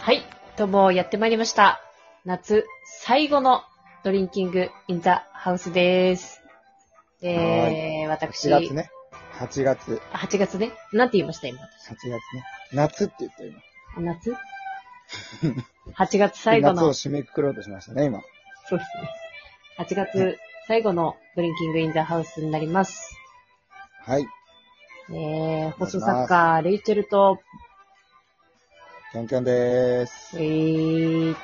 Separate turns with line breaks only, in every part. はい。どうも、やってまいりました。夏最後のドリンキングインザハウスです。えー、私、
8月ね。8月、
あ。8月ね。なんて言いました、今。
8月ね。夏って言った今。
あ 夏 ?8 月最後
夏を
の、そ
締めくくろうとしましたね、今。
うですね。8月最後のドリンキングインザハウスになります。
はい。
えー、放送作家、レイチェルと、
キャンキャンでーす。
えー、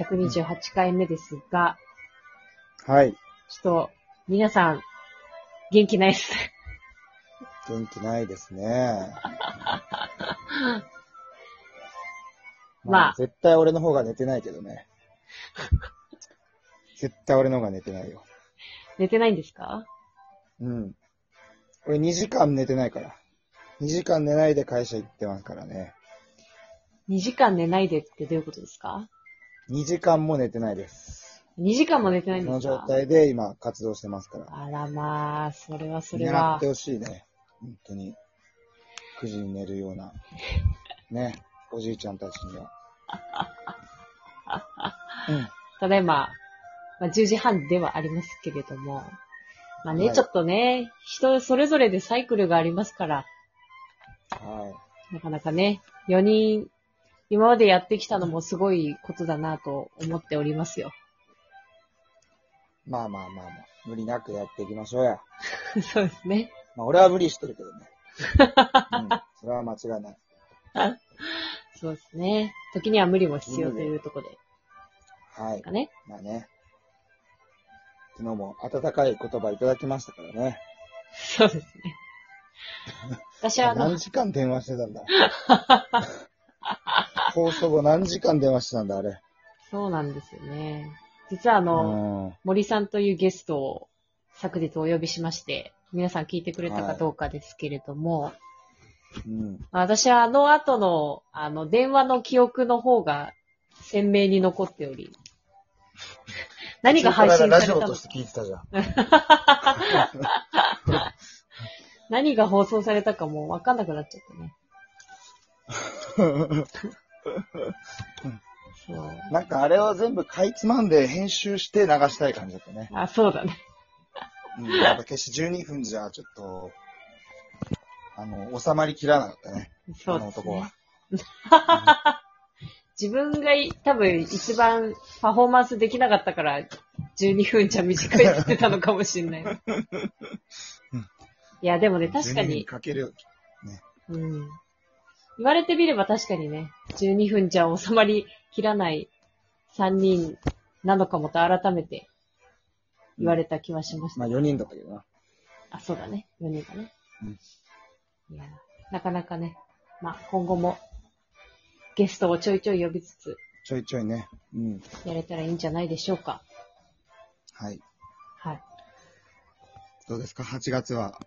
128回目ですが、
はい。
ちょっと、皆さん、元気ないです。
元気ないで すね。
まあ
絶対俺の方が寝てないけどね。絶対俺の方が寝てないよ。
寝てないんですか
うん。俺2時間寝てないから。2時間寝ないで会社行ってますからね。
2時間寝ないでってどういうことですか
2時間も寝てないです。
?2 時間も寝て
そ
ないんで
の
す
状
か
態で今活動してますから。
あらまあ、それはそれ
狙っ
は
て。ほしいね。本当に。9時に寝るよう な。ね。おじいちゃんたちには。うん。
ただいま、まあ、10時半ではありますけれども。まあね、
はい
ちょっとね、人それぞれでサイクルがありますから、
はい。
なかなかね、4人、今までやってきたのもすごいことだなと思っておりますよ。
まあまあまあまあ。無理なくやっていきましょうや。
そうですね。
まあ俺は無理してるけ どね。うん。それは間違いない。
そうですね。時には無理も必要というところで、
は
なん
い
か。ね。
まあね。昨日も温かい言葉いただきましたからね。
そう ですね。私はあの
何、時間電話して たんだ。放送後何時間電話してたんだ、あれ。
そうなんですよね。実はあの、
うん。
森さんというゲストを昨日お呼びしまして、皆さん聞いてくれたかどうかですけれども、
うん。
私はあの後の、あの、電話の記憶の方が鮮明に残っており、何が配信され
ラジ
た
オと
の
して聞いてたじゃん。
何が放送されたかもうわかんなくなっちゃったね。そう。
なんかあれは全部かいつまんで編集して流したい感じだったね。
あ、そうだね。
うん、 やっぱ決して12分じゃちょっと、あの、収まりきらなかったね。
そう
あの
です
男
ね
は。。
自分がい多分一番パフォーマンスできなかったから、12分じゃ短いって言ってたのかもしれない。いや、でもね、確か
12分
に、
かける。
うん。言われてみれば確かにね、12分じゃ収まりきらない3人なのかもと改めて言われた気はしました。
まあ4人だったけどな。
あ、そうだね。4人かね。
うん
いや、なかなかね、まあ今後もゲストをちょいちょい呼びつつ
ちょいちょいね。うん。
やれたらいいんじゃないでしょうか。
はい。
はい。
どうですか ?8 月は。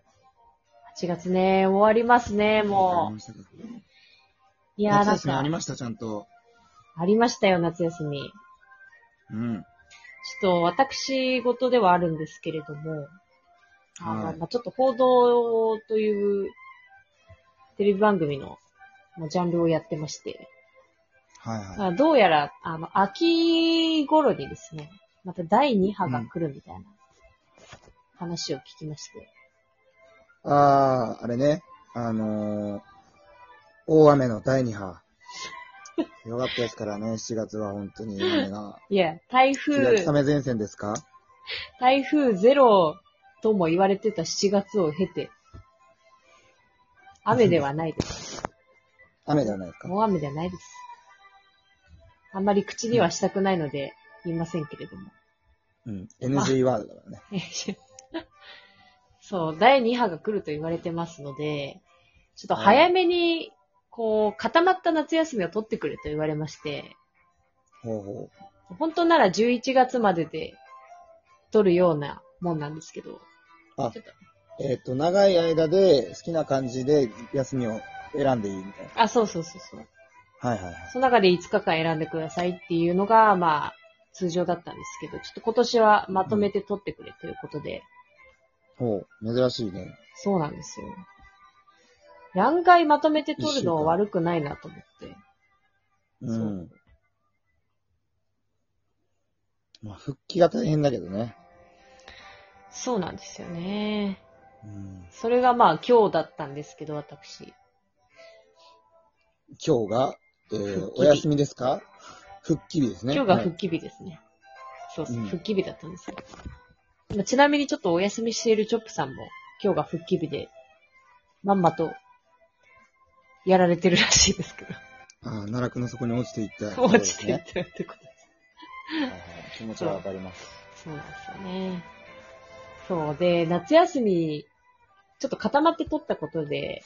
8月ね、終わりますね、
あり
もう
ま。したか
いやー
夏
なん
休みあり
か、
ました、ちゃんと。
ありましたよ、夏休み。
うん。
ちょっと私事ではあるんですけれども、あの
はい
まあ、ちょっと報道というテレビ番組のまあジャンルをやってまして、
はいはい。
まあどうやら、あの、秋頃にですね、また第2波が来るみたいな話を聞きまして、
あー、あれね。あのー、大雨の第2波。よかったですからね、7月は本当に雨が。
いや、台風
秋、雨前線ですか
台風ゼロとも言われてた7月を経て、雨ではないです。
雨じゃないですか。
大雨ではないです。あんまり口にはしたくないので言いませんけれども。
うん。NG ワードだからね。
そう、第2波が来ると言われてますので、ちょっと早めに、こう、固まった夏休みを取ってくれと言われまして、
ほうほ
本当なら11月までで取るようなもんなんですけど、
あ
ちょっと
う。えっ、と、長い間で好きな感じで休みを選んでいいみたい
あ、そうそうそうそう。
な。はいはいはい。
その中で5日間選んでくださいっていうのが、まあ、通常だったんですけど、ちょっと今年はまとめて取ってくれということで、
ほう。珍しいね。
そうなんですよ。何回まとめて撮るのは悪くないなと思って。
う
そ
ん。まあ、復帰が大変だけどね。
そうなんですよね。
うん、
それがまあ今日だったんですけど、私。
今日が、えー
復帰日
お休みですか復帰日ですね。
今日が
はい
復帰日ですね。そうそう、
うん
復帰日だったんですよ。まあちなみにちょっとお休みしているチョップさんも、今日が復帰日で、まんまと、やられてるらしいですけ
ああ、奈落の底に落ちていった。
ど、落ちてい
い
っ。てるってことです。
はいはい気持ちはわかります。
そうなんですよね。そう。で、夏休み、ちょっと固まって取ったことで、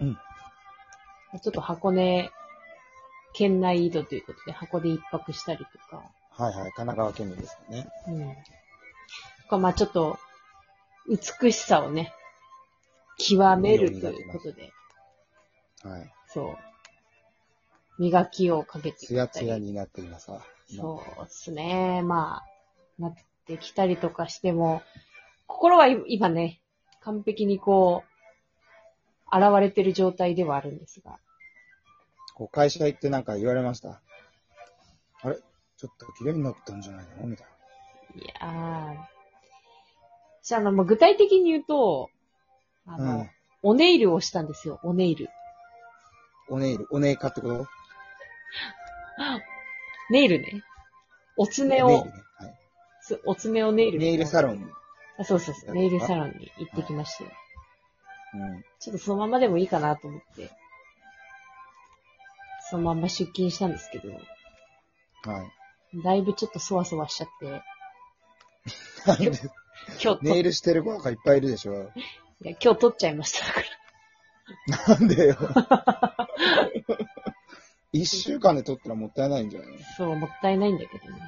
うん。
ちょっと箱根、県内移動ということで、箱で一泊したりとか、
はいはい。神奈川県民ですよね。
うん。とかまあちょっと、美しさをね、極めるということで、
はい。
そう。磨きをかけて
ツ
きた
ヤ
り。
ツヤになっていますわ。今
そうですね。まあ、なってきたりとかしても、心は今ね、完璧にこう、現れてる状態ではあるんですが。
こう会社行ってなんか言われました。あれちょっと綺麗になったんじゃないのみたい
いやー。じゃあ、あの、まあ具体的に言うと、あ
な。う
の、
ん。
おネイルをしたんですよ、おネイル。
おネイル、おネイカってこと
ネイルね。おつね
ネイ
を
ル、ね。はい。
つおつねをネイル
ネイルサロン。
あ。そうそうそう、ネイルサロンに行ってきましたよ。
うん。
ちょっとそのままでもいいかなと思って、そのまんま出勤したんですけど、
はい。
だいぶちょっとそわそわしちゃって、今日と、
ネ
い
イルしてる子なんかいっぱいいるでしょ。
や今日取っちゃいましただ から。
なんで よ。一週間で撮ったらもったいないんじゃない
そう、もったいないんだけどね。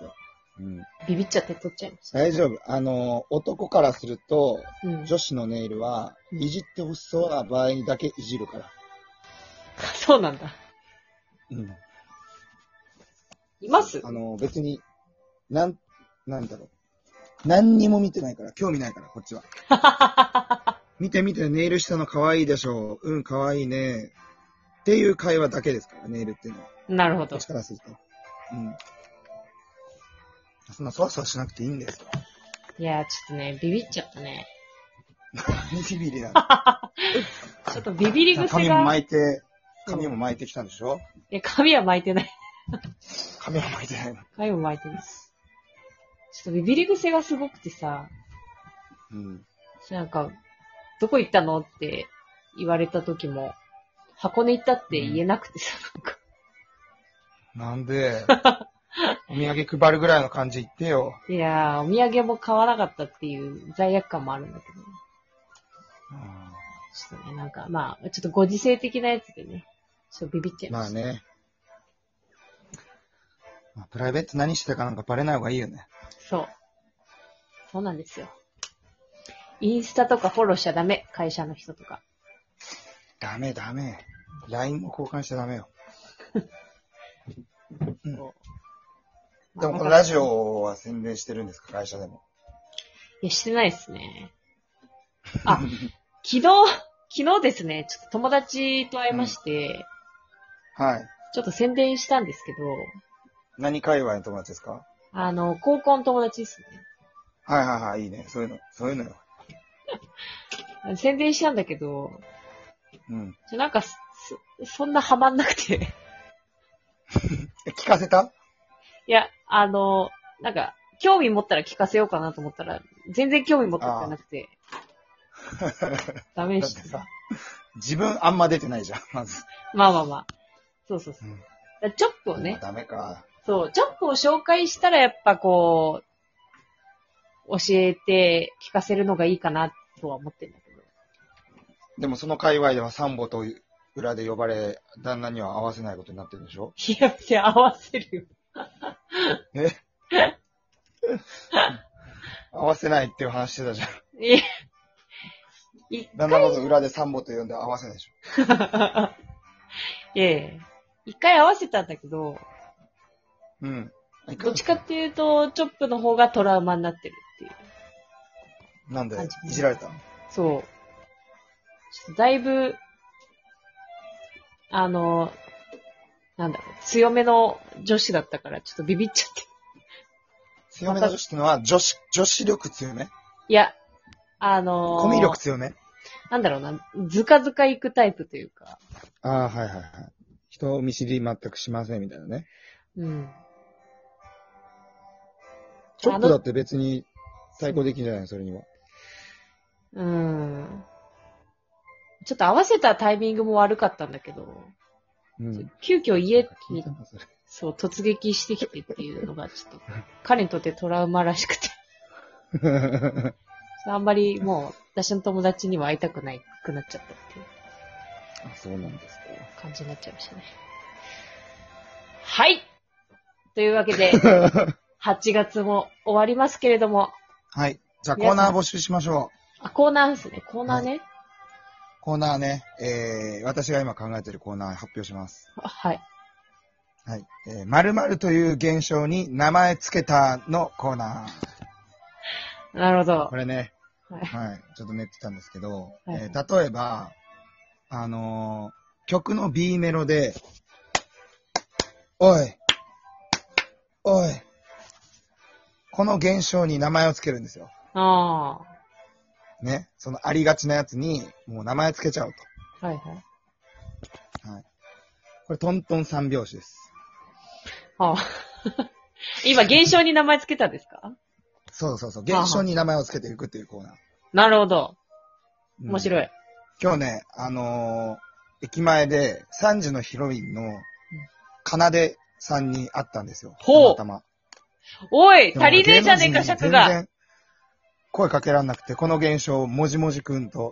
ちょっ
うん。
と、ビビっちゃって取っちゃいました。
大丈夫。あの、男からすると、
うん。
女子のネイルは、
うん
いじってほしそうな場合にだけいじるから。
そうなんだ。
うん。
います
あの、別に、なん、なんだろう。何にも見てないから、興味ないから、こっちは。 見て見て、ネイルしたの可愛いでしょう。うん、可愛いね。っていう会話だけですから、ネイルっていうのは。
なるほ
こ
ど
っち。からすると。うん。そんなそわそわしなくていいん ですよ。
いや、ちょっとね、ビビっちゃったね。
ニジビリなの。
ちょっとビビり癖
髪も
が、い
巻いて、髪も巻いてきたんでしょ
や、髪は巻いてない。
髪は巻いてないの。
髪も巻いてない。ちょっとビビり癖がすごくてさ、
うん。
なんか、どこ行ったのって言われた時も、箱根行ったって言えなくてさ、なんか、
なんで、お土産配るぐらいの感じ言ってよ。
いやー、お土産も買わなかったっていう罪悪感もあるんだけど、
うん
ちょっとね、なんか、まあ、ちょっとご時世的なやつでね、ちょっとビビっちゃいま
まあ
した。
ね。まあ、プライベート何してたかなんかバレない方がいいよね。
そう。そうなんですよ。インスタとかフォローしちゃダメ、会社の人とか。
ダメダメ。LINE も交換しちゃダメよ。うん
そう
でも
まあな
この
んか
ラジオは宣伝してるんですか会社でも。
いや、してないです ね。あ昨日、昨日ですね、ちょっと友達と会いまして、
はい。
ちょっと宣伝したんですけど、
何界隈の友達ですか
あの、高校の友達です
はいはいはい、いいね。そういうの、そういうのよ。
ね。宣伝したんだけど、
うん。
ちょなんかそ、そそんなハマんなくて。
え、聞かせ た
いや、あの、なんか、興味持ったら聞かせようかなと思ったら、全然興味持ってくれなくて、ダメで
だっ
してた
さ。、自分あんま出てないじゃん、まず。
まあまあまあ。そうそうそう。
うん
だからチョップをね、
ダメか。
そう、チョップを紹介したらやっぱこう、教えて聞かせるのがいいかなとは思ってんだけど。
でもその界隈では三歩と裏で呼ばれ、旦那には合わせないことになってるんでしょ
いや、別に合わせるよ。
え合わせないっていう話して たじゃん。
いや、一
旦那のこと裏で三歩と呼んで合わせないでし
回、いやいや一回合わせたんだけど、
ょ。うん。あいかん
どっちかっていうと、チョップの方がトラウマになってるっていう。
なんでいじられた
そう。ちょっとだいぶ、あの、なんだろう、強めの女子だったから、ちょっとビビっちゃって。
強めの女子ってのは、女子、女子力強め
いや、あの
コミュ力強め
なんだろうな、ずかずか行くタイプというか、
ああ、はいはいはい。人見知り全くしませんみたいなね。
うん。
ちょっとだって別に対抗できんじゃないのそれには。
うん。ちょっと合わせたタイミングも悪かったんだけど、
うん。
急遽家
聞い
に
たな、それ。
そう突撃してきてっていうのがちょっ と、彼にとってトラウマらしくて、あんまりもう私の友達には会いたくないくなっちゃったっていう
あそうなんです
感じになっちゃいましたね。はいというわけ で、
か。
8月も終わりますけれども、
はい。じゃあコーナー募集しましょう。
あ、コーナーですね、コーナーね。
コーナーね、えー、私が今考えてるコーナー発表します。
あはい。
はい。えー、〇〇という現象に名前つけたのコーナー。
なるほど
こ。れね、
はい
はい。ちょっと練ってたんですけど、
はい
えー例えば、あのー曲の B メロで、おい、おい、この現象に名前をつけるんですよ。
あ
ね。そのありがちなやつに、もう名前つけちゃう
あ。はいはい。
と。はい。これ、トントン三拍子です。
ああ 今、現象に名前つけたんですか
そうそうそう。現象に名前をつけていくっていうコーナー。
なるほど。
うん
面白い。
今日ね、あのー駅前で3時のヒロインの奏でさんに会ったんですよ。
ほう
たま
おい
たま
足りねえじゃねえか、
でも
尺
芸能人に
が
全然声かけらんなくて、この現象をもじもじくんと